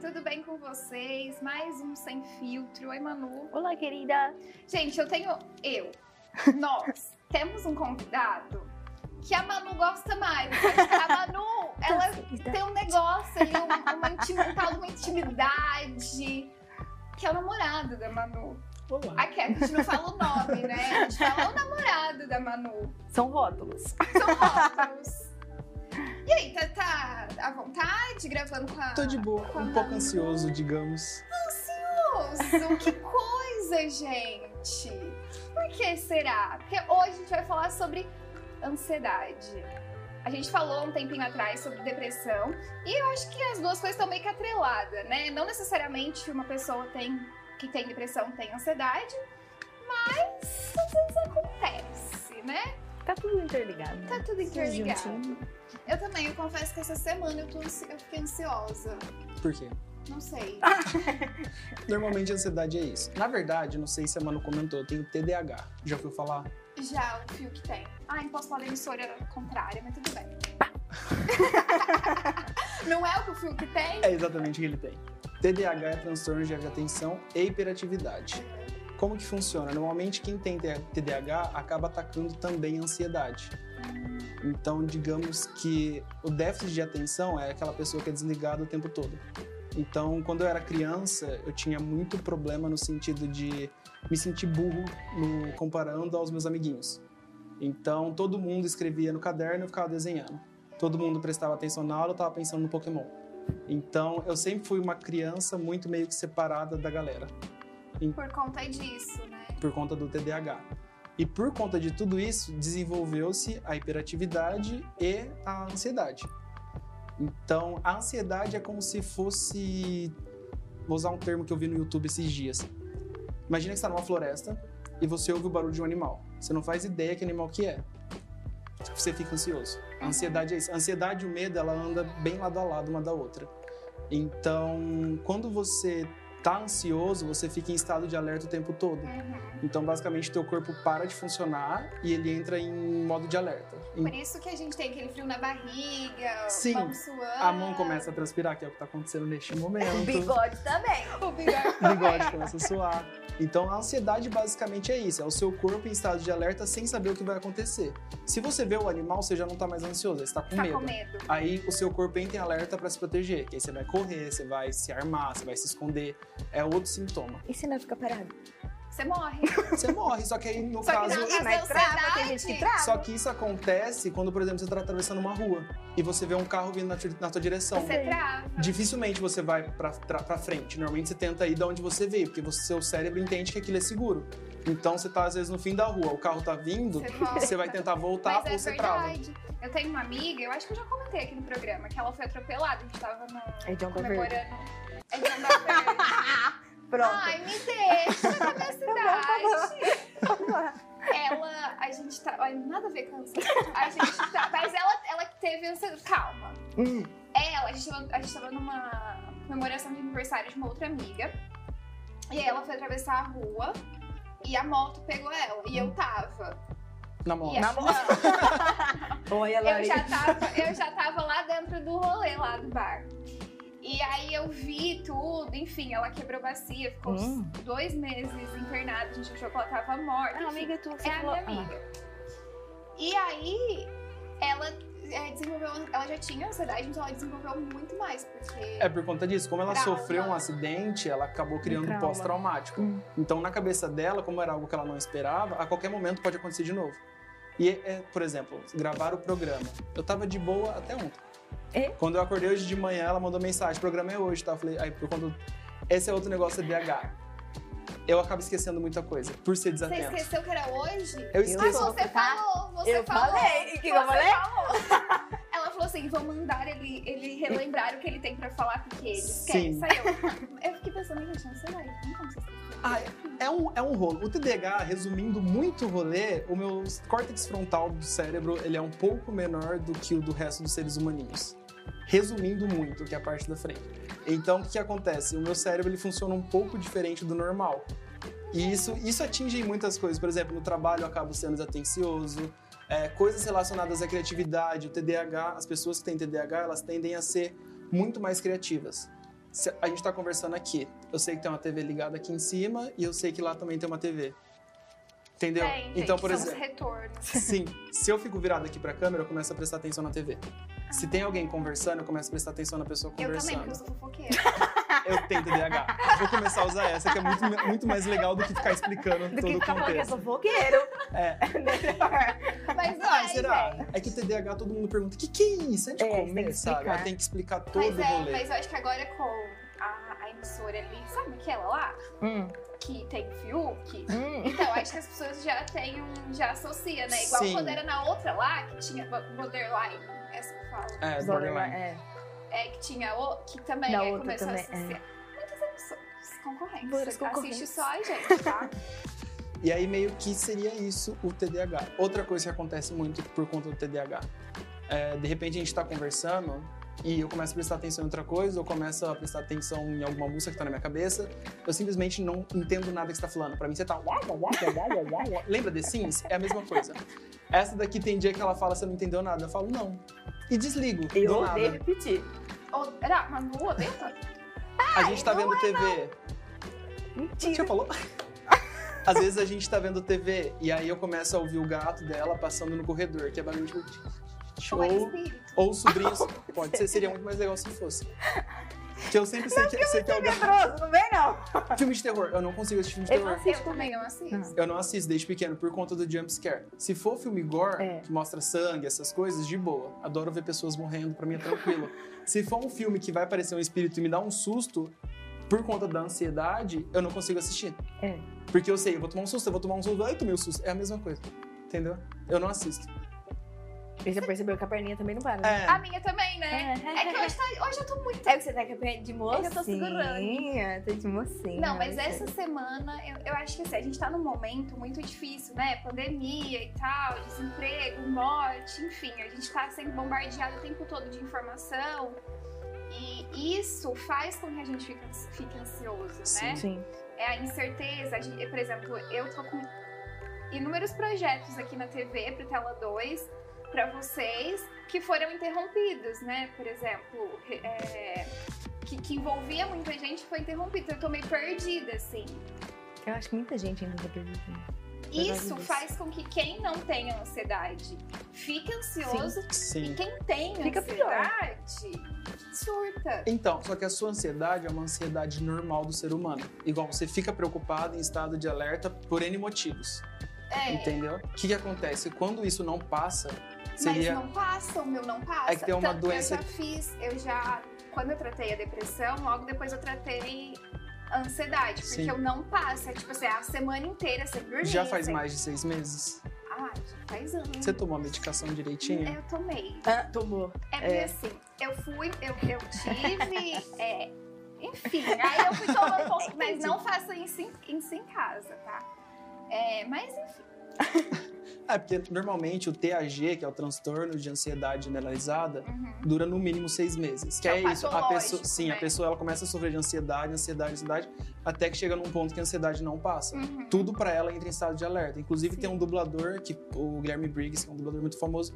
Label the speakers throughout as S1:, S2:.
S1: tudo bem com vocês? Mais um Sem Filtro. Oi, Manu.
S2: Olá, querida.
S1: Gente, eu tenho. Eu. Nós temos um convidado que a Manu gosta mais. A Manu, ela tem um negócio ali, um- uma intimidade, uma intimidade. Que é o namorado da Manu.
S2: Olá.
S1: Aqui, a gente não fala o nome, né? A gente fala o namorado da Manu.
S2: São rótulos.
S1: São rótulos. E aí, tá, tá à vontade gravando com a.
S3: Tô de boa,
S1: com a
S3: um pouco
S1: Manu?
S3: ansioso, digamos.
S1: Nossa, que coisa, gente! Por que será? Porque hoje a gente vai falar sobre ansiedade. A gente falou um tempinho atrás sobre depressão e eu acho que as duas coisas estão meio que atreladas, né? Não necessariamente uma pessoa tem, que tem depressão tem ansiedade, mas às vezes acontece, né?
S2: Tá tudo interligado.
S1: Tá tudo interligado. Eu também, eu confesso que essa semana eu, tô ansi- eu fiquei ansiosa.
S3: Por quê?
S1: Não sei.
S3: Normalmente a ansiedade é isso. Na verdade, não sei se a Manu comentou, eu tenho TDAH. Já ouviu falar?
S1: Já o fio que tem. Ah, não posso falar da emissora contrária, mas tudo bem. não é o que o fio que tem?
S3: É exatamente o que ele tem. TDAH é transtorno de atenção e hiperatividade. Como que funciona? Normalmente quem tem TDAH acaba atacando também a ansiedade. Então, digamos que o déficit de atenção é aquela pessoa que é desligada o tempo todo. Então, quando eu era criança, eu tinha muito problema no sentido de me sentir burro no- comparando aos meus amiguinhos. Então, todo mundo escrevia no caderno e eu ficava desenhando. Todo mundo prestava atenção na aula, eu tava pensando no Pokémon. Então, eu sempre fui uma criança muito meio que separada da galera
S1: Por conta disso, né?
S3: por conta do TDAH. E por conta de tudo isso, desenvolveu-se a hiperatividade e a ansiedade. Então, a ansiedade é como se fosse. Vou usar um termo que eu vi no YouTube esses dias. Imagina que você está numa floresta e você ouve o barulho de um animal. Você não faz ideia que animal que é. Você fica ansioso. A ansiedade é isso. A ansiedade e o medo, ela anda bem lado a lado uma da outra. Então, quando você tá ansioso, você fica em estado de alerta o tempo todo.
S1: Uhum.
S3: Então, basicamente, teu corpo para de funcionar e ele entra em modo de alerta. Em-
S1: Por isso que a gente tem aquele frio na barriga,
S3: Sim,
S1: mão suando.
S3: A mão começa a transpirar, que é o que tá acontecendo neste
S2: O
S3: momento.
S2: bigode também.
S1: O é bigode
S3: O bigode começa a suar. Então, a ansiedade basicamente é isso: é o seu corpo em estado de alerta sem saber o que vai acontecer. Se você vê o animal, você já não tá mais ansioso, você tá com
S1: tá
S3: medo.
S1: com medo.
S3: Aí o seu corpo entra em alerta para se proteger, que aí você vai correr, você vai se armar, você vai se esconder. É outro sintoma.
S2: E se não fica parado?
S1: Você morre.
S3: Você morre, só que aí no
S1: Só que
S3: caso.
S1: dá
S2: Ih, mas
S1: Mas
S2: trava, tem
S1: ansiedade?
S2: gente que trava.
S3: Só que isso acontece quando, por exemplo, você está atravessando uma rua e você vê um carro vindo na, tu- na tua direção.
S1: Você trava.
S3: Dificilmente você vai pra, tra- pra frente. Normalmente você tenta ir de onde você veio, porque você- seu cérebro entende que aquilo é seguro. Então você tá, às vezes, no fim da rua, o carro tá vindo,
S1: Você volta.
S3: você vai tentar voltar
S1: Mas é
S3: ou Tá, você trava.
S1: verdade. Eu tenho uma amiga, eu acho que eu já comentei aqui no programa, que ela foi atropelada, a gente tava no...
S2: É John Gover.
S1: comemorando. É de andar perto.
S2: Pronto.
S1: Ai, me deixa na minha cidade. Ela, a gente tá. Olha, nada a ver com isso. A gente tá. Mas ela, ela que teve essa. Calma.
S2: Hum.
S1: Ela, a gente, tava- a gente tava numa comemoração de aniversário de uma outra amiga. E aí ela foi atravessar a rua e a moto pegou ela. E eu tava.
S3: Na mão.
S1: E é a-
S2: Olha lá.
S1: Ah, eu já tava, eu já tava lá dentro do rolê lá do bar. E aí eu vi tudo, enfim, ela quebrou bacia, ficou uns
S2: Hum.
S1: dois meses internada, a gente achou que ela tava morta.
S2: É
S1: enfim.
S2: uma amiga tua que
S1: é
S2: você
S1: a
S2: falou.
S1: minha amiga. E aí ela é, desenvolveu, ela já tinha ansiedade, então ela desenvolveu muito mais, porque
S3: É por conta disso. Como ela
S1: Trauma.
S3: sofreu um acidente, ela acabou criando um
S2: trauma.
S3: pós-traumático.
S2: Hum.
S3: Então, na cabeça dela, como era algo que ela não esperava, a qualquer momento pode acontecer de novo. E, é, por exemplo, gravar o programa. Eu tava de boa até ontem.
S2: É?
S3: Quando eu acordei hoje de manhã, ela mandou mensagem: o programa é hoje, tá? Eu falei, aí, por conta. do- Esse é outro negócio é DH. Eu acabo esquecendo muita coisa, por ser
S1: você
S3: desatento.
S1: esqueceu que era hoje?
S3: Eu
S2: Eu
S1: Mas
S3: esqueço.
S2: sou-
S1: você
S2: tá?
S1: falou, você
S2: Eu
S1: falou.
S2: falei. E o que que eu
S1: Você
S2: falei?
S1: falou. Ela falou assim: vou mandar ele, ele relembrar o que ele tem pra falar, porque ele esquece.
S3: Sim.
S1: Aí eu, eu fiquei pensando, gente, não sei lá, não como você esqueceu.
S3: Ah, é um, é um rolo. O TDAH, resumindo muito o rolê, o meu córtex frontal do cérebro ele é um pouco menor do que o do resto dos seres humaninhos. Resumindo muito, que é a parte da frente. Então, o que, que acontece? O meu cérebro ele funciona um pouco diferente do normal. E isso, isso atinge em muitas coisas. Por exemplo, no trabalho eu acabo sendo desatencioso. É, coisas relacionadas à criatividade, o TDAH, as pessoas que têm TDAH, elas tendem a ser muito mais criativas. se a gente está conversando aqui. Eu sei que tem uma TV ligada aqui em cima e eu sei que lá também tem uma TV. Entendeu?
S1: Tem, tem,
S3: então,
S1: que
S3: por
S1: são os
S3: exemplo,
S1: retornos.
S3: sim, se eu fico virado aqui para a câmera, eu começo a prestar atenção na TV. Se tem alguém conversando, eu começo a prestar atenção na pessoa
S1: Eu também, porque eu
S3: conversando.
S1: sou fofoqueira.
S3: Eu, tenho TDAH. Vou começar a usar essa, que é muito, muito mais legal do que ficar explicando
S2: Do
S3: todo
S2: que
S3: o
S2: ficar falando que eu
S3: contexto.
S2: sou fogueiro.
S3: É.
S2: Melhor.
S1: Mas não,
S3: Ah,
S1: é,
S3: será?
S1: gente.
S3: É que o TDAH todo mundo pergunta: o que, que é isso? É de
S2: É, tem
S3: comer,
S2: que
S3: sabe?
S2: explicar.
S3: Aí Tem que explicar todo
S1: Mas
S3: o
S1: é,
S3: rolê.
S1: mas eu acho que agora é com a, a emissora ali, sabe aquela lá?
S2: Hum,
S1: Que tem Fiuk?
S2: hum.
S1: Então, acho que as pessoas já têm um. já associa, né? Igual
S3: Sim.
S1: quando era na outra lá, que tinha bo- borderline, essa que fala.
S3: É, borderline.
S2: É.
S1: É, que tinha o. que também
S2: Da
S1: é,
S2: outra
S1: começou a
S2: também,
S1: associar. Muitas opções, concorrentes.
S2: Puras concorrentes.
S1: Assiste só a gente, tá?
S3: E aí meio que seria isso o TDAH. Outra coisa que acontece muito por conta do TDAH. É, de repente a gente tá conversando e eu começo a prestar atenção em outra coisa, ou começo a prestar atenção em alguma música que tá na minha cabeça. Eu simplesmente não entendo nada que você tá falando. Pra mim você tá uau, uau, uau, uau, uau, uau, uau. Lembra The Sims? É a mesma coisa. Essa daqui tem dia que ela fala, você não entendeu nada. Eu falo, não. E desligo,
S2: Eu odeio
S3: do nada.
S2: repetir.
S1: Ou, era, mas não odeio tanto.
S3: A gente tá
S2: é
S3: vendo TV, Você
S2: Mentira.
S3: falou? Às vezes a gente tá vendo TV e aí eu começo a ouvir o gato dela passando no corredor, que é barulho de
S1: Ou é
S3: ou,
S1: espírito.
S3: ou sobrinhos. Pode ser, seria muito mais legal se fosse. Que eu sempre sei que, sei que é o gato.
S2: Medroso, não vem não.
S3: Filme de terror, eu não consigo assistir filme de
S2: Eu
S3: terror.
S2: assisto
S1: Eu também não assisto.
S2: Não.
S3: Eu não assisto desde pequeno por conta do jump scare. Se for filme gore,
S2: É.
S3: que mostra sangue, essas coisas, de boa. Adoro ver pessoas morrendo, pra mim é tranquilo. Se for um filme que vai aparecer um espírito e me dá um susto, por conta da ansiedade, eu não consigo assistir.
S2: É.
S3: Porque eu sei, eu vou tomar um susto, eu vou tomar um susto, ai, tomei um susto. É a mesma coisa. Entendeu? Eu não assisto.
S2: E você percebeu que a perninha também não para, né?
S3: É.
S1: A minha também, né? É que
S2: É
S1: hoje, tá- hoje eu tô muito.
S2: que você tá com a perninha de
S1: É que
S2: mocinha.
S1: eu tô segurando.
S2: Tá de mocinha.
S1: Não, mas
S2: você.
S1: essa semana, eu, eu acho que assim, a gente tá num momento muito difícil, né? Pandemia e tal, desemprego, morte, enfim, a gente tá sendo bombardeado o tempo todo de informação. E isso faz com que a gente fique, ans- fique ansioso, né?
S2: Sim.
S1: É a incerteza. a gente- por exemplo, eu tô com inúmeros projetos aqui na TV, pro Tela 2, pra vocês, que foram interrompidos, né? Por exemplo, re- é, que, que envolvia muita gente foi interrompido. Eu tô meio perdida, assim.
S2: Eu acho que muita gente ainda tá perdida.
S1: Isso
S2: disso.
S1: faz com que quem não tenha ansiedade fique ansioso e
S3: Sim.
S1: quem tem
S2: Fica pior.
S1: ansiedade surta.
S3: Então, só que a sua ansiedade é uma ansiedade normal do ser humano. Igual, você fica preocupado em estado de alerta por N motivos.
S1: É,
S3: Entendeu? O que, que acontece? Quando isso não passa,
S1: mas
S3: seria.
S1: não passa, o meu não passa.
S3: É que tem uma
S1: Tanto que
S3: doença-
S1: Eu já fiz, eu já. Quando eu tratei a depressão, logo depois eu tratei a ansiedade, porque
S3: Sim.
S1: eu não passo. É tipo assim, a semana inteira sem dormir.
S3: Já faz
S1: sem-
S3: mais de seis meses?
S1: Ah, já faz anos.
S3: Você tomou a medicação direitinho?
S1: Eu tomei.
S2: Ah, tomou.
S1: É porque
S2: É.
S1: assim, eu fui, eu, eu tive. é, enfim, aí eu fui tomando um pouco, mas
S2: Entendi.
S1: não faça isso em, isso em casa, tá? É, mas enfim,
S3: É, porque normalmente o TAG, que é o transtorno de ansiedade generalizada,
S1: uhum,
S3: dura no mínimo seis meses. Que
S1: É o
S3: é, isso, a
S1: patológico,
S3: pessoa, sim, a
S1: né?
S3: pessoa ela começa a sofrer de ansiedade, ansiedade, ansiedade, até que chega num ponto que a ansiedade não passa.
S1: uhum.
S3: Tudo pra ela entra em estado de alerta. Inclusive tem um dublador que o Guilherme Briggs, que é um dublador muito famoso,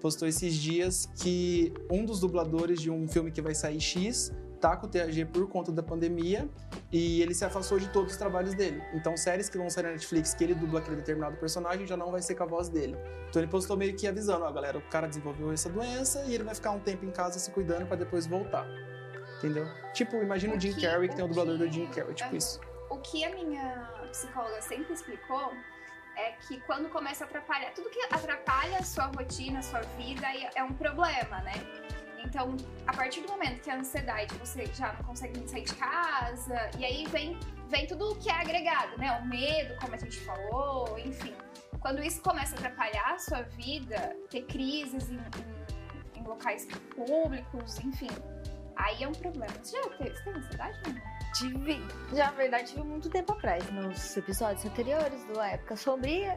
S3: postou esses dias que um dos dubladores de um filme que vai sair X tá com o TAG por conta da pandemia e ele se afastou de todos os trabalhos dele. Então, séries que vão sair na Netflix que ele dubla aquele determinado personagem já não vai ser com a voz dele. Então, ele postou meio que avisando: ó, galera, o cara desenvolveu essa doença e ele vai ficar um tempo em casa se cuidando pra depois voltar. Entendeu? Tipo, imagina o,
S1: O
S3: Jim
S1: É que-
S3: Carrey, que tem o
S1: o
S3: dublador do
S1: que-
S3: Jim Carrey, tipo
S1: Aham.
S3: isso.
S1: O que a minha psicóloga sempre explicou é que quando começa a atrapalhar, tudo que atrapalha a sua rotina, a sua vida, aí é um problema, né? Então, a partir do momento que a ansiedade, você já não consegue sair de casa, e aí vem, vem tudo o que é agregado, né? O medo, como a gente falou, enfim. Quando isso começa a atrapalhar a sua vida, ter crises em, em- em locais públicos, enfim, aí é um problema. Você já teve, você teve ansiedade, não?
S2: Tive. Já, na verdade, tive muito tempo atrás, nos episódios anteriores do A Época Sombria,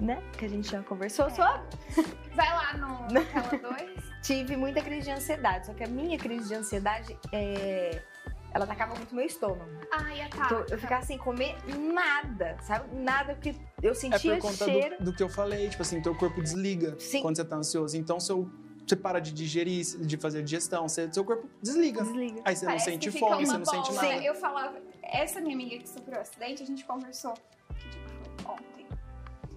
S2: né? Que a gente já conversou
S1: É.
S2: sobre.
S1: Vai lá no no Tela 2.
S2: Tive muita crise de ansiedade, só que a minha crise de ansiedade é. Ela atacava muito meu estômago.
S1: Ai, é a
S3: Ah,
S2: Então,
S1: Tata.
S3: tá.
S2: eu ficava sem comer nada, sabe? Nada, porque eu
S3: É
S2: sentia
S3: por conta
S2: cheiro.
S3: do, do que eu falei, tipo assim, teu corpo desliga
S2: Sim.
S3: quando você tá ansioso. Então, seu Você para de digerir, de fazer digestão, você, seu corpo desliga.
S2: Desliga.
S3: Aí você
S1: Parece
S3: não sente
S1: que fica
S3: fome,
S1: uma
S3: você não sente
S1: bola.
S3: nada.
S1: Eu falava, essa minha amiga que sofreu um acidente, a gente conversou que dia que foi? ontem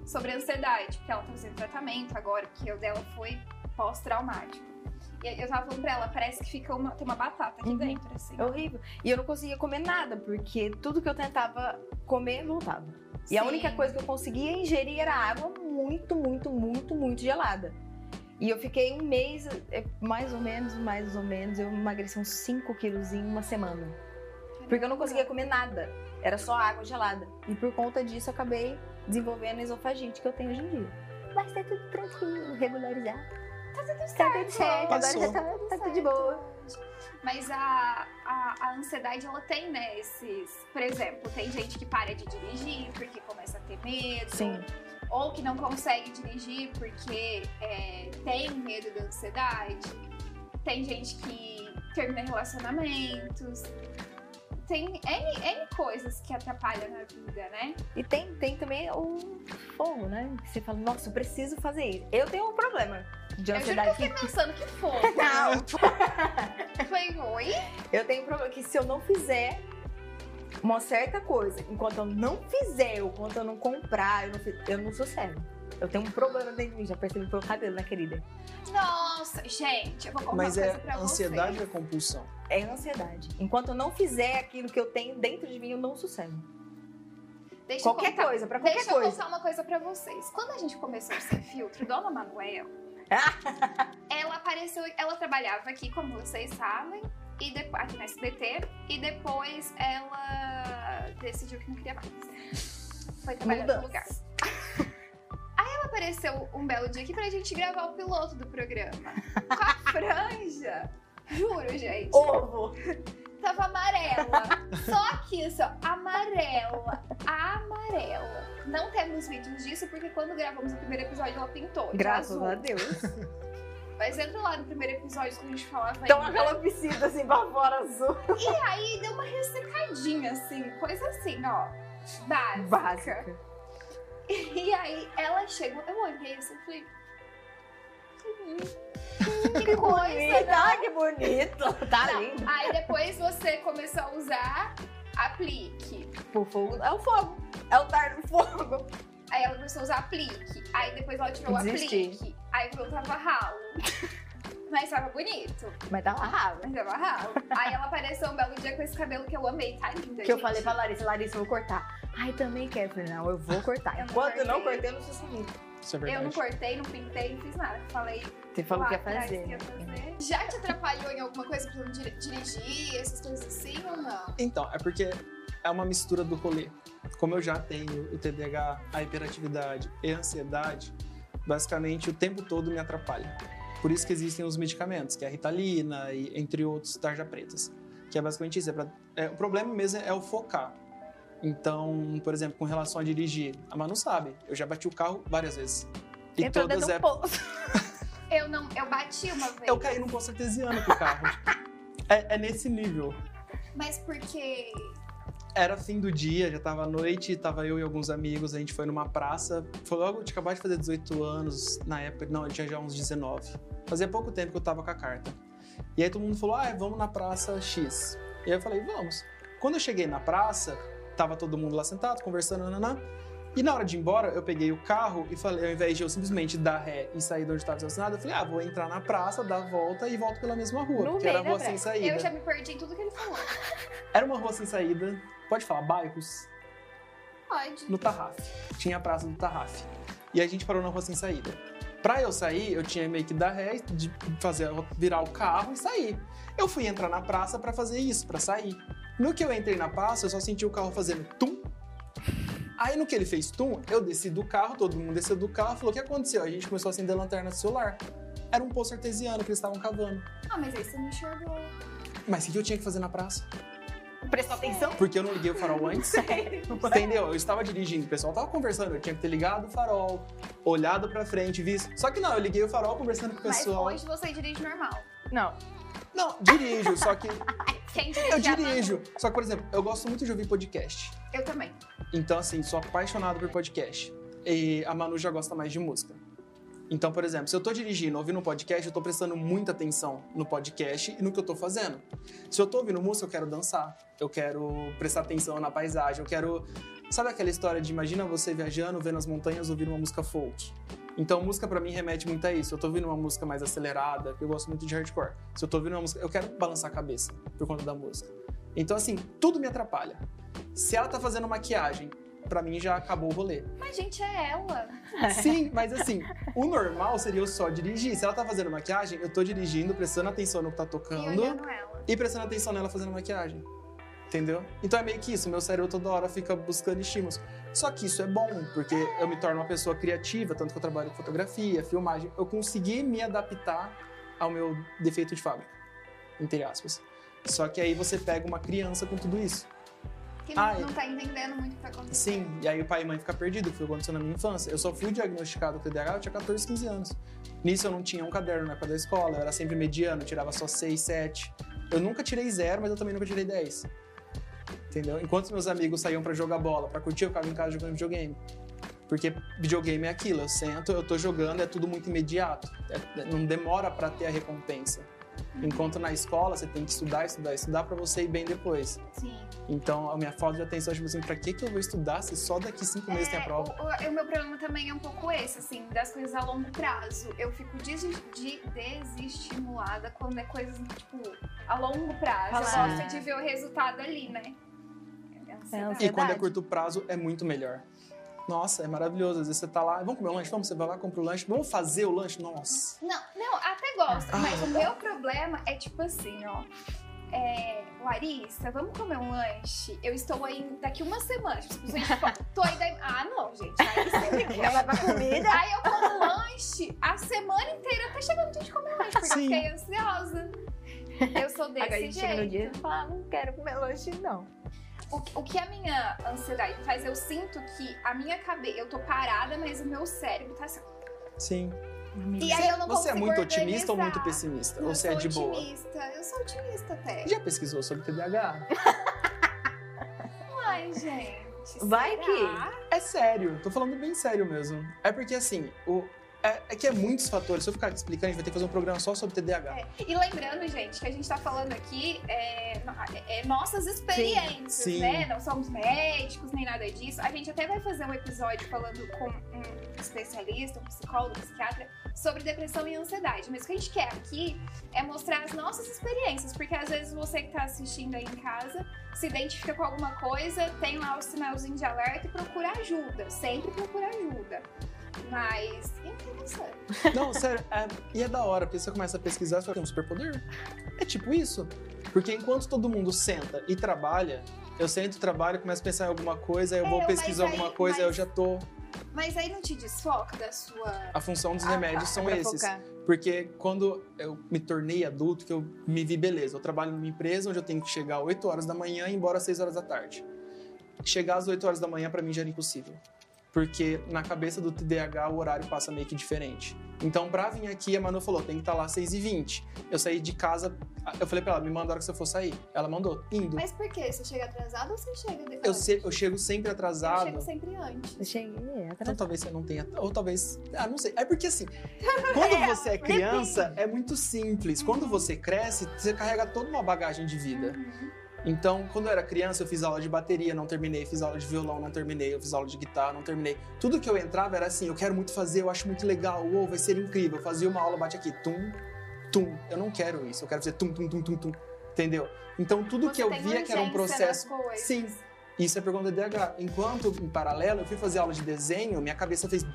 S1: sobre ansiedade, porque ela tá fazendo tratamento agora, porque o dela foi pós-traumático. E eu tava falando pra ela, parece que fica uma, tem uma batata aqui
S2: Uhum.
S1: dentro, assim.
S2: É horrível. E eu não conseguia comer nada, porque tudo que eu tentava comer, voltava. E a
S1: Sim.
S2: única coisa que eu conseguia ingerir era água muito, muito, muito, muito gelada. E eu fiquei um mês, é, mais ou menos, mais ou menos, eu emagreci uns 5 quilos em uma semana. Porque eu não conseguia comer nada, era só água gelada. E por conta disso, eu acabei desenvolvendo a esofagite que eu tenho hoje em dia. Mas tá tudo tranquilo, regularizado. Tá tudo certo, agora
S3: Passou.
S2: já tá, tá tudo de boa.
S1: Mas a, a, a ansiedade, ela tem, né, esses... Por exemplo, tem gente que para de dirigir porque começa a ter medo.
S2: Sim.
S1: Ou que não consegue dirigir porque é, tem medo da ansiedade. Tem gente que termina relacionamentos. Tem N, N coisas que atrapalham na vida, né?
S2: E tem, tem também o fogo, né? Que Você fala, nossa, eu preciso fazer isso. Eu tenho um problema de
S1: Eu juro que eu
S2: ansiedade.
S1: fiquei pensando que foi.
S2: Não.
S1: é Foi, oi?
S2: Eu tenho um problema que se eu não fizer uma certa coisa, enquanto eu não fizer, ou enquanto eu não comprar, eu não, fiz- eu não sou sério. Eu tenho um problema dentro de mim, já percebi pelo cabelo, né, querida?
S1: Nossa, gente, eu vou contar
S3: Mas
S1: uma
S3: é
S1: coisa pra
S3: ansiedade
S1: vocês.
S3: ou é compulsão?
S2: É ansiedade. Enquanto eu não fizer aquilo que eu tenho dentro de mim, eu não sossego.
S1: Deixa eu
S2: Qualquer
S1: contar-
S2: coisa, pra qualquer
S1: Deixa eu
S2: coisa.
S1: contar uma coisa pra vocês. Quando a gente começou a ser filtro, Dona Manuel, ela apareceu, ela trabalhava aqui, como vocês sabem, e depo- aqui na SBT, e depois ela decidiu que não queria mais. Foi trabalhar em outro lugar.
S2: Mudança.
S1: Aí ela apareceu um belo dia aqui pra gente gravar o piloto do programa. Com a franja. Juro, gente.
S2: Ovo!
S1: Tava amarela. Só que isso, ó, amarela. Amarela. Não temos vídeos disso, porque quando gravamos o primeiro episódio, ela pintou. de
S2: Graças
S1: azul.
S2: a Deus.
S1: Mas entra lá no primeiro episódio que a gente falava
S2: Então
S1: ainda.
S2: aquela piscina assim pra fora azul.
S1: E aí deu uma ressecadinha, assim. Coisa assim, ó. Básica.
S2: Básica.
S1: E aí ela chegou. Eu olhei assim e falei. "Hum, Que coisa,
S2: bonito. Ai, que bonito. Tá lindo.
S1: Aí depois você começou a usar aplique.
S2: Pô, fogo. É o fogo. É o dar do fogo.
S1: Aí ela começou a usar aplique. Aí depois ela tirou o
S2: Desisti.
S1: aplique. Aí o tava ralo. Mas tava bonito.
S2: Mas tá raiva.
S1: Mas tava ralo. Aí ela apareceu um belo dia com esse cabelo que eu amei. Tá linda,
S2: Que eu
S1: gente.
S2: falei pra Larissa, Larissa, eu vou cortar. Ai, também quero. Eu falei, não, eu vou cortar.
S1: Eu não
S2: Enquanto eu não
S1: cortei.
S2: cortei, eu não sou sumida.
S3: Isso é
S1: Eu
S3: verdade.
S1: não cortei, não pintei, não fiz nada. Falei.
S2: Você falou
S1: lá
S2: que ia
S1: atrás
S2: fazer.
S1: que ia
S2: né?
S1: fazer. Já te atrapalhou em alguma coisa pra não dir- dirigir, essas coisas assim ou não?
S3: Então, é porque é uma mistura do rolê. Como eu já tenho o TDAH, a hiperatividade e a ansiedade, basicamente o tempo todo me atrapalha. Por isso que existem os medicamentos, que é a Ritalina e entre outros tarja pretas, que é basicamente isso. É pra- é, o problema mesmo é o focar. Então, por exemplo, com relação a dirigir, a Manu sabe, eu já bati o carro várias vezes. E
S2: Entrou um dentro
S3: todas
S2: do
S3: é
S2: poço.
S1: Eu não, eu bati uma vez.
S3: eu caí num poço artesiano com o carro. é, é nesse nível.
S1: Mas porque.
S3: Era fim do dia, já tava à noite, tava eu e alguns amigos, a gente foi numa praça. Foi logo, tinha acabado de fazer 18 anos, na época, não, eu tinha já uns 19. Fazia pouco tempo que eu tava com a carta. E aí todo mundo falou, ah, vamos na praça X. E aí eu falei, vamos. Quando eu cheguei na praça, tava todo mundo lá sentado, conversando, nananã. E na hora de ir embora, eu peguei o carro e falei, ao invés de eu simplesmente dar ré e sair de onde estava estacionado, eu falei, ah, vou entrar na praça, dar a volta e volto pela mesma rua,
S2: No
S3: porque
S2: meio
S3: era
S2: da
S3: rua sem
S2: praça.
S3: saída.
S1: Eu já me perdi em tudo que ele falou.
S3: Era uma rua sem saída, pode falar, bairros,
S1: Pode.
S3: no Tarraf. Tinha a praça do Tarraf. E a gente parou na rua sem saída. Pra eu sair, eu tinha meio que dar ré, de fazer, virar o carro e sair. Eu fui entrar na praça pra fazer isso, pra sair. No que eu entrei na praça, eu só senti o carro fazendo tum. Aí no que ele fez tum, eu desci do carro, todo mundo desceu do carro, falou: o que aconteceu? A gente começou a acender a lanterna do celular. Era um poço artesiano que eles estavam cavando.
S1: Ah, mas aí você não enxergou.
S3: Mas o que eu tinha que fazer na praça?
S2: Prestou atenção?
S3: Porque eu não liguei o farol antes. Entendeu? Eu estava dirigindo, o pessoal tava conversando, eu tinha que ter ligado o farol, olhado pra frente, visto. Só que não, eu liguei o farol conversando com o pessoal.
S1: Mas hoje você dirige normal.
S2: Não.
S3: Não, dirijo, só que
S1: Quem dirige
S3: eu
S1: é a Manu.
S3: dirijo. Só que, por exemplo, eu gosto muito de ouvir podcast.
S1: Eu também.
S3: Então, assim, sou apaixonado por podcast. E a Manu já gosta mais de música. Então, por exemplo, se eu tô dirigindo, ouvindo um podcast, eu tô prestando muita atenção no podcast e no que eu tô fazendo. Se eu tô ouvindo música, eu quero dançar, eu quero prestar atenção na paisagem, eu quero. Sabe aquela história de imagina você viajando, vendo as montanhas, ouvindo uma música folk? Então, música pra mim remete muito a isso. Eu tô ouvindo uma música mais acelerada, porque eu gosto muito de hardcore. Se eu tô ouvindo uma música, eu quero balançar a cabeça por conta da música. Então, assim, tudo me atrapalha. Se ela tá fazendo maquiagem, pra mim já acabou o rolê.
S1: Mas, gente, é ela.
S3: Sim, mas assim, o normal seria eu só dirigir. Se ela tá fazendo maquiagem, eu tô dirigindo, prestando atenção no que tá
S1: E
S3: tocando
S1: olhando é ela.
S3: e prestando atenção nela fazendo maquiagem. Entendeu? Então é meio que isso, meu cérebro toda hora fica buscando estímulos. Só que isso é bom, porque eu me torno uma pessoa criativa, tanto que eu trabalho com fotografia, filmagem. Eu consegui me adaptar ao meu defeito de fábrica, entre aspas. Só que aí você pega uma criança com tudo isso.
S1: Que não,
S3: Ah, é.
S1: não tá entendendo muito o que tá acontecendo.
S3: Sim, e aí o pai e mãe ficam perdidos, que foi o que aconteceu na minha infância. Eu só fui diagnosticado com TDAH, eu tinha 14, 15 anos. Nisso eu não tinha um caderno na época da escola, eu era sempre mediano, eu tirava só 6, 7. Eu nunca tirei zero, mas eu também nunca tirei 10. Entendeu? Enquanto meus amigos saíam pra jogar bola, pra curtir, eu ficava em casa jogando videogame. Porque videogame é aquilo, eu sento, eu tô jogando, é tudo muito imediato. É- não demora pra ter a recompensa. Enquanto na escola você tem que estudar, estudar, estudar pra você ir bem depois.
S1: Sim.
S3: Então, a minha falta de atenção, tipo assim, pra que, que eu vou estudar se só daqui cinco meses tem a
S1: É,
S3: prova?
S1: o- o, o meu problema também é um pouco esse, assim, das coisas a longo prazo. Eu fico desi- de- desestimulada quando é coisas, tipo, a longo prazo.
S2: Falar.
S1: Eu gosto de ver o resultado ali, né? É ansiedade.
S3: E quando é
S2: verdade.
S3: curto prazo, é muito melhor. Nossa, é maravilhoso. Às vezes você tá lá, vamos comer um lanche? Vamos, você vai lá, compra o lanche. Vamos fazer o lanche? Nossa.
S1: Não, não, até gosto,
S3: Ah.
S1: mas o meu problema é tipo assim, ó. É, Larissa, vamos comer um lanche? Eu estou aí daqui uma semana. Tipo, as pessoas, tipo, tô aí daí. Ah, não, gente. Aí você me
S2: Não vai pra comida.
S1: Aí eu como lanche a semana inteira até chegando o dia de comer lanche, porque
S3: Sim.
S1: eu fiquei ansiosa. Eu sou desse
S2: Agora a gente chega no
S1: jeito.
S2: dia e fala, "Ah, não quero comer lanche, não.
S1: O, que- o que a minha ansiedade faz, eu sinto que a minha cabeça, eu tô parada, mas o meu cérebro tá assim.
S3: Sim.
S1: E aí eu não
S3: Você é
S1: consigo
S3: muito otimista ou muito
S1: organizar.
S3: pessimista?
S1: Não,
S3: ou
S1: eu
S3: você é
S1: sou
S3: de boa?
S1: otimista. Eu sou otimista até.
S3: Já pesquisou sobre TDAH?
S1: Ai, gente.
S2: Vai
S1: será?
S2: que-
S3: É sério, tô falando bem sério mesmo. É porque assim, o. É, é que é muitos fatores. Se eu ficar te explicando, a gente vai ter que fazer um programa só sobre TDAH.
S1: É, E lembrando, gente, que a gente tá falando aqui é, no- é nossas experiências,
S3: Sim.
S1: né? Não somos médicos nem nada disso. A gente até vai fazer um episódio falando com um especialista, um psicólogo, um psiquiatra, sobre depressão e ansiedade. Mas o que a gente quer aqui é mostrar as nossas experiências, porque às vezes você que tá assistindo aí em casa se identifica com alguma coisa, tem lá o sinalzinho de alerta e procura ajuda. Sempre procura ajuda. Mas é interessante.
S3: Não, sério, é- e é da hora, porque você começa a pesquisar, você fala, tem um superpoder. É tipo isso. Porque enquanto todo mundo senta e trabalha, eu sento, trabalho, começo a pensar em alguma coisa, aí eu
S1: É,
S3: vou
S1: mas
S3: pesquisar
S1: aí-
S3: alguma coisa, aí eu
S1: mas-
S3: já tô.
S1: Mas aí não te desfoca da sua.
S3: A função dos
S1: Ah,
S3: remédios são
S2: Pra
S3: esses.
S2: focar.
S3: Porque quando eu me tornei adulto, que eu me vi beleza, eu trabalho numa empresa onde eu tenho que chegar às 8 horas da manhã e ir embora às 6 horas da tarde. Chegar às 8 horas da manhã pra mim já era impossível. Porque na cabeça do TDAH o horário passa meio que diferente. Então, pra vir aqui, a Manu falou: tem que estar lá às 6h20. Eu saí de casa, eu falei pra ela: me manda a hora que você for sair. Ela mandou, indo.
S1: Mas por quê? Você chega atrasado ou você chega depois?
S3: Eu, se- eu chego sempre
S1: Eu
S3: atrasado.
S1: chego sempre antes.
S2: Eu cheguei, é,
S3: Então
S2: atrás.
S3: talvez você não tenha. Ou talvez. Ah, não sei. É porque assim, quando você é criança, é muito simples. Quando você cresce, você carrega toda uma bagagem de vida.
S1: Uhum.
S3: Então, quando eu era criança, eu fiz aula de bateria, não terminei, fiz aula de violão, não terminei, eu fiz aula de guitarra, não terminei. Tudo que eu entrava era assim, eu quero muito fazer, eu acho muito legal, ou vai ser incrível. Eu fazia uma aula, bate aqui, tum, tum. Eu não quero isso, eu quero fazer tum, tum, tum, tum, tum. Entendeu? Então, tudo
S1: Você
S3: que eu
S1: tem
S3: via que era um
S1: urgência né? nas
S3: processo
S1: coisas.
S3: Sim. Isso é por conta do DH. Enquanto, em paralelo, eu fui fazer aula de desenho, minha cabeça fez.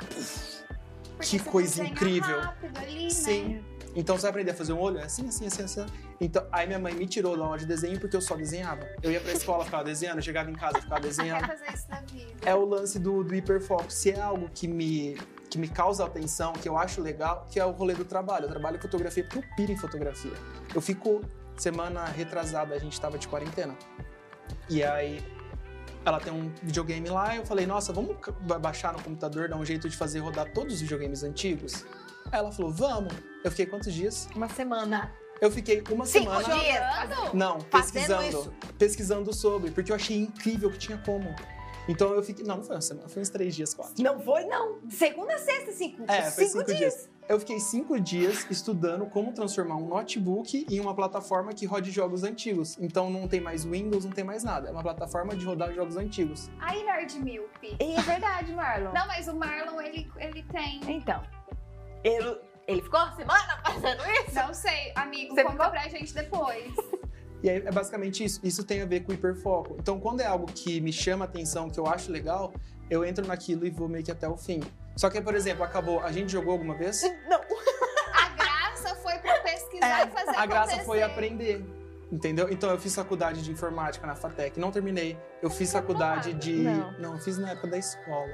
S1: Porque
S3: Que
S1: você
S3: coisa
S1: desenha
S3: incrível.
S1: Rápido ali, Né?
S3: Sim. Então você vai aprender a fazer um olho? É assim, assim, assim, assim. Então, aí minha mãe me tirou da aula de desenho porque eu só desenhava. Eu ia pra escola, ficava desenhando, eu chegava em casa, ficava
S1: Quer
S3: desenhando.
S1: fazer isso na vida.
S3: É o lance do, do hiperfoco. Se é algo que me, que me causa atenção, que eu acho legal, que é o rolê do trabalho. Eu trabalho em fotografia porque eu piro em fotografia. Eu fico. Semana retrasada, a gente tava de quarentena. E aí ela tem um videogame lá, eu falei, nossa, vamos ca- ba- baixar no computador, dar um jeito de fazer rodar todos os videogames antigos? Aí ela falou, vamos. Eu fiquei quantos dias?
S2: Uma semana.
S3: Eu fiquei uma
S2: Cinco
S3: semana.
S2: dias.
S1: Jogando?
S3: Não,
S2: Fazendo
S3: pesquisando. Pesquisando sobre, porque eu achei incrível que tinha como. Então eu fiquei. Não, não foi uma semana, foi uns três dias, quatro.
S2: Não foi, não. Segunda, sexta, cinco.
S3: É, foi
S2: cinco,
S3: cinco
S2: dias.
S3: Eu fiquei cinco dias estudando como transformar um notebook em uma plataforma que rode jogos antigos. Então não tem mais Windows, não tem mais nada. É uma plataforma de rodar jogos antigos.
S1: Aí, Nerd Milp.
S2: E é verdade, Marlon.
S1: Não, mas o Marlon, ele, ele tem.
S2: Então, ele, ele ficou uma semana fazendo isso?
S1: Não sei, amigo,
S2: Você
S1: conta
S2: ficou-
S1: pra gente depois.
S3: E aí é basicamente isso. Isso tem a ver com hiperfoco. Então, quando é algo que me chama atenção, que eu acho legal, eu entro naquilo e vou meio que até o fim. Só que, por exemplo, acabou. A gente jogou alguma vez?
S2: Não.
S1: A graça foi pra pesquisar e fazer
S3: É, A graça
S1: acontecer.
S3: foi aprender. Entendeu? Então eu fiz faculdade de informática na FATEC, não terminei. Eu fiz faculdade de.
S2: Não.
S3: eu fiz na época da escola.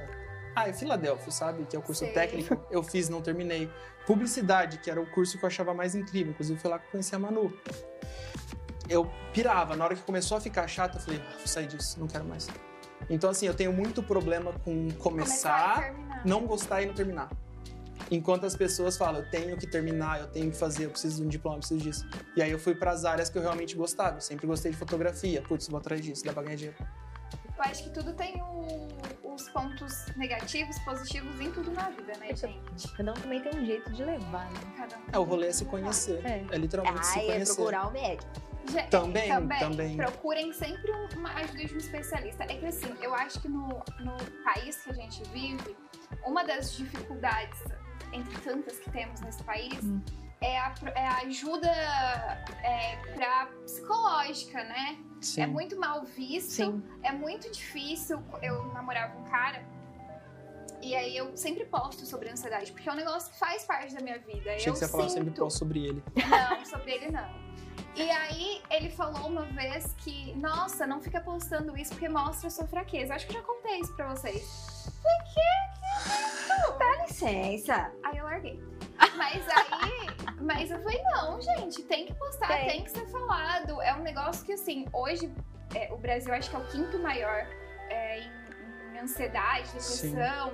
S3: Ah, é Filadélfia, sabe? Que é o curso
S1: Sei.
S3: técnico. Eu fiz, não terminei. Publicidade, que era o curso que eu achava mais incrível. Inclusive, foi lá que eu conheci a Manu. Eu pirava. Na hora que começou a ficar chato, eu falei, ah, vou sair disso, não quero mais. Então, assim, eu tenho muito problema com
S1: Começar
S3: começar
S1: e terminar.
S3: não gostar e não terminar. Enquanto as pessoas falam, eu tenho que terminar, eu tenho que fazer, eu preciso de um diploma, eu preciso disso. E aí eu fui para as áreas que eu realmente gostava. Eu sempre gostei de fotografia. Putz, vou atrás disso, dá pra ganhar dinheiro.
S1: Eu acho que tudo tem o- os pontos negativos, positivos em tudo na vida, né, gente?
S2: Cada um também tem um jeito de levar, né?
S1: Cada um
S3: É, o rolê é se conhecer.
S2: É.
S3: É literalmente se
S2: Ai, é
S3: conhecer.
S2: procurar o médico.
S1: Gente,
S3: Também,
S1: também,
S3: também.
S1: Procurem sempre um- uma ajuda de um especialista. É que assim, eu acho que no, no país que a gente vive, uma das dificuldades, entre tantas que temos nesse país,
S2: Hum.
S1: é, a, pro- é a ajuda é, pra psicológica, né?
S3: Sim.
S1: É muito mal visto
S2: Sim.
S1: é muito difícil. Eu namorava um cara e aí eu sempre posto sobre a ansiedade, porque é um negócio que faz parte da minha vida.
S3: Achei
S1: eu
S3: que você ia falar sempre
S1: sinto.
S3: pô sobre ele.
S1: Não, sobre ele não. E aí ele falou uma vez que, nossa, não fica postando isso porque mostra a sua fraqueza. Acho que eu já contei isso pra vocês.
S2: Dá licença.
S1: Aí eu larguei. Mas aí, mas eu falei, não, gente, tem que postar,
S2: Tem.
S1: tem, que ser falado. É um negócio que, assim, hoje é, o Brasil acho que é o quinto maior é, em, em ansiedade, depressão.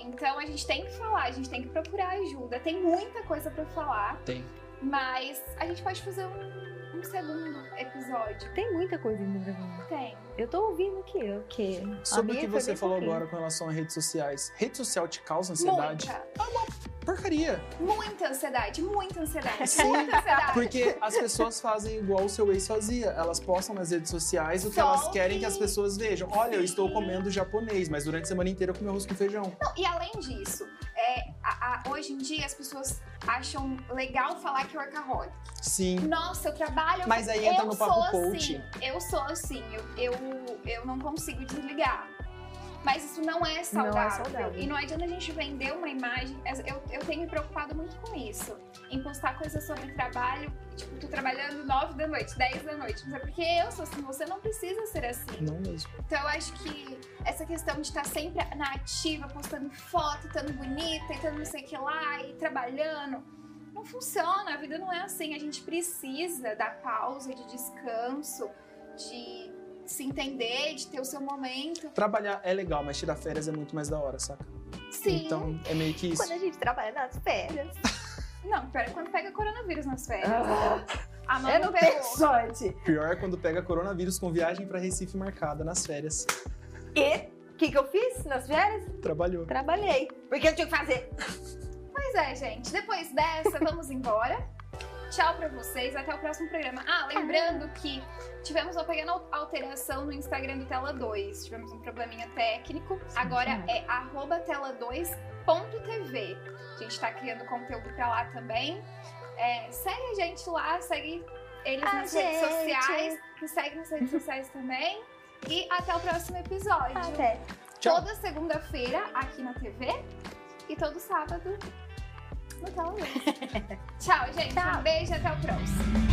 S1: Então a gente tem que falar, a gente tem que procurar ajuda. Tem muita coisa pra falar,
S3: Tem.
S1: mas a gente pode fazer um, um segundo episódio.
S2: Tem muita coisa ainda pra mim.
S1: Tem.
S2: Eu tô ouvindo que eu, que. a
S3: Sobre o
S2: minha é
S3: que
S2: foi
S3: você
S2: bem
S3: falou
S2: pouquinho.
S3: agora com relação a redes sociais. Rede social te causa ansiedade? Porcaria.
S1: Muita, muita ansiedade, muita ansiedade,
S3: Sim,
S1: muita ansiedade.
S3: Porque as pessoas fazem igual o seu ex fazia. Elas postam nas redes sociais o que
S1: Só
S3: elas
S1: que-
S3: querem que as pessoas vejam. Olha, eu estou
S1: Sim.
S3: comendo japonês, mas durante a semana inteira eu comi arroz com feijão.
S1: E além disso, é, a- a- hoje em dia as pessoas acham legal falar que é workaholic.
S3: Sim.
S1: Nossa, eu trabalho.
S3: Mas aí
S1: eu
S3: entra no papo
S1: sou
S3: coach.
S1: assim. Eu sou assim. Eu, eu, eu não consigo desligar. Mas isso não é saudável.
S2: saudável.
S1: E não adianta a gente vender uma imagem. Eu, eu tenho me preocupado muito com isso. Em postar coisas sobre trabalho. Tipo, tô trabalhando 9 da noite, 10 da noite. Mas é porque eu sou assim. Você não precisa ser assim.
S3: Não mesmo.
S1: Então eu acho que essa questão de estar sempre na ativa, postando foto, estando bonita, e estando não sei o que lá, e trabalhando, não funciona, a vida não é assim. A gente precisa da pausa, de descanso, de se entender, de ter o seu momento.
S3: Trabalhar é legal, mas tirar férias é muito mais da hora, saca?
S1: Sim.
S3: Então é meio que isso.
S2: Quando a gente trabalha nas férias.
S1: Não, pior é quando pega coronavírus nas férias.
S2: Ah.
S1: A
S2: eu
S1: Manu
S2: não tenho
S1: pegou.
S2: sorte.
S3: Pior é quando pega coronavírus com viagem pra Recife marcada nas férias.
S2: E o que, que eu fiz nas férias?
S3: Trabalhou.
S2: Trabalhei. Porque eu tinha que fazer.
S1: Pois é, gente. Depois dessa, vamos embora. Tchau pra vocês, até o próximo programa. Ah, lembrando que tivemos uma pequena alteração no Instagram do Tela 2. Tivemos um probleminha técnico. Agora é arroba tela2.tv. A gente tá criando conteúdo pra lá também. É, segue a gente lá, segue eles
S2: A
S1: nas redes
S2: gente.
S1: sociais. Me segue nas redes sociais também. E até o próximo episódio.
S2: Até.
S3: Tchau.
S1: Toda segunda-feira aqui na TV e todo sábado no Tela Luz. Tchau, gente.
S2: Tchau.
S1: Um beijo e até o próximo.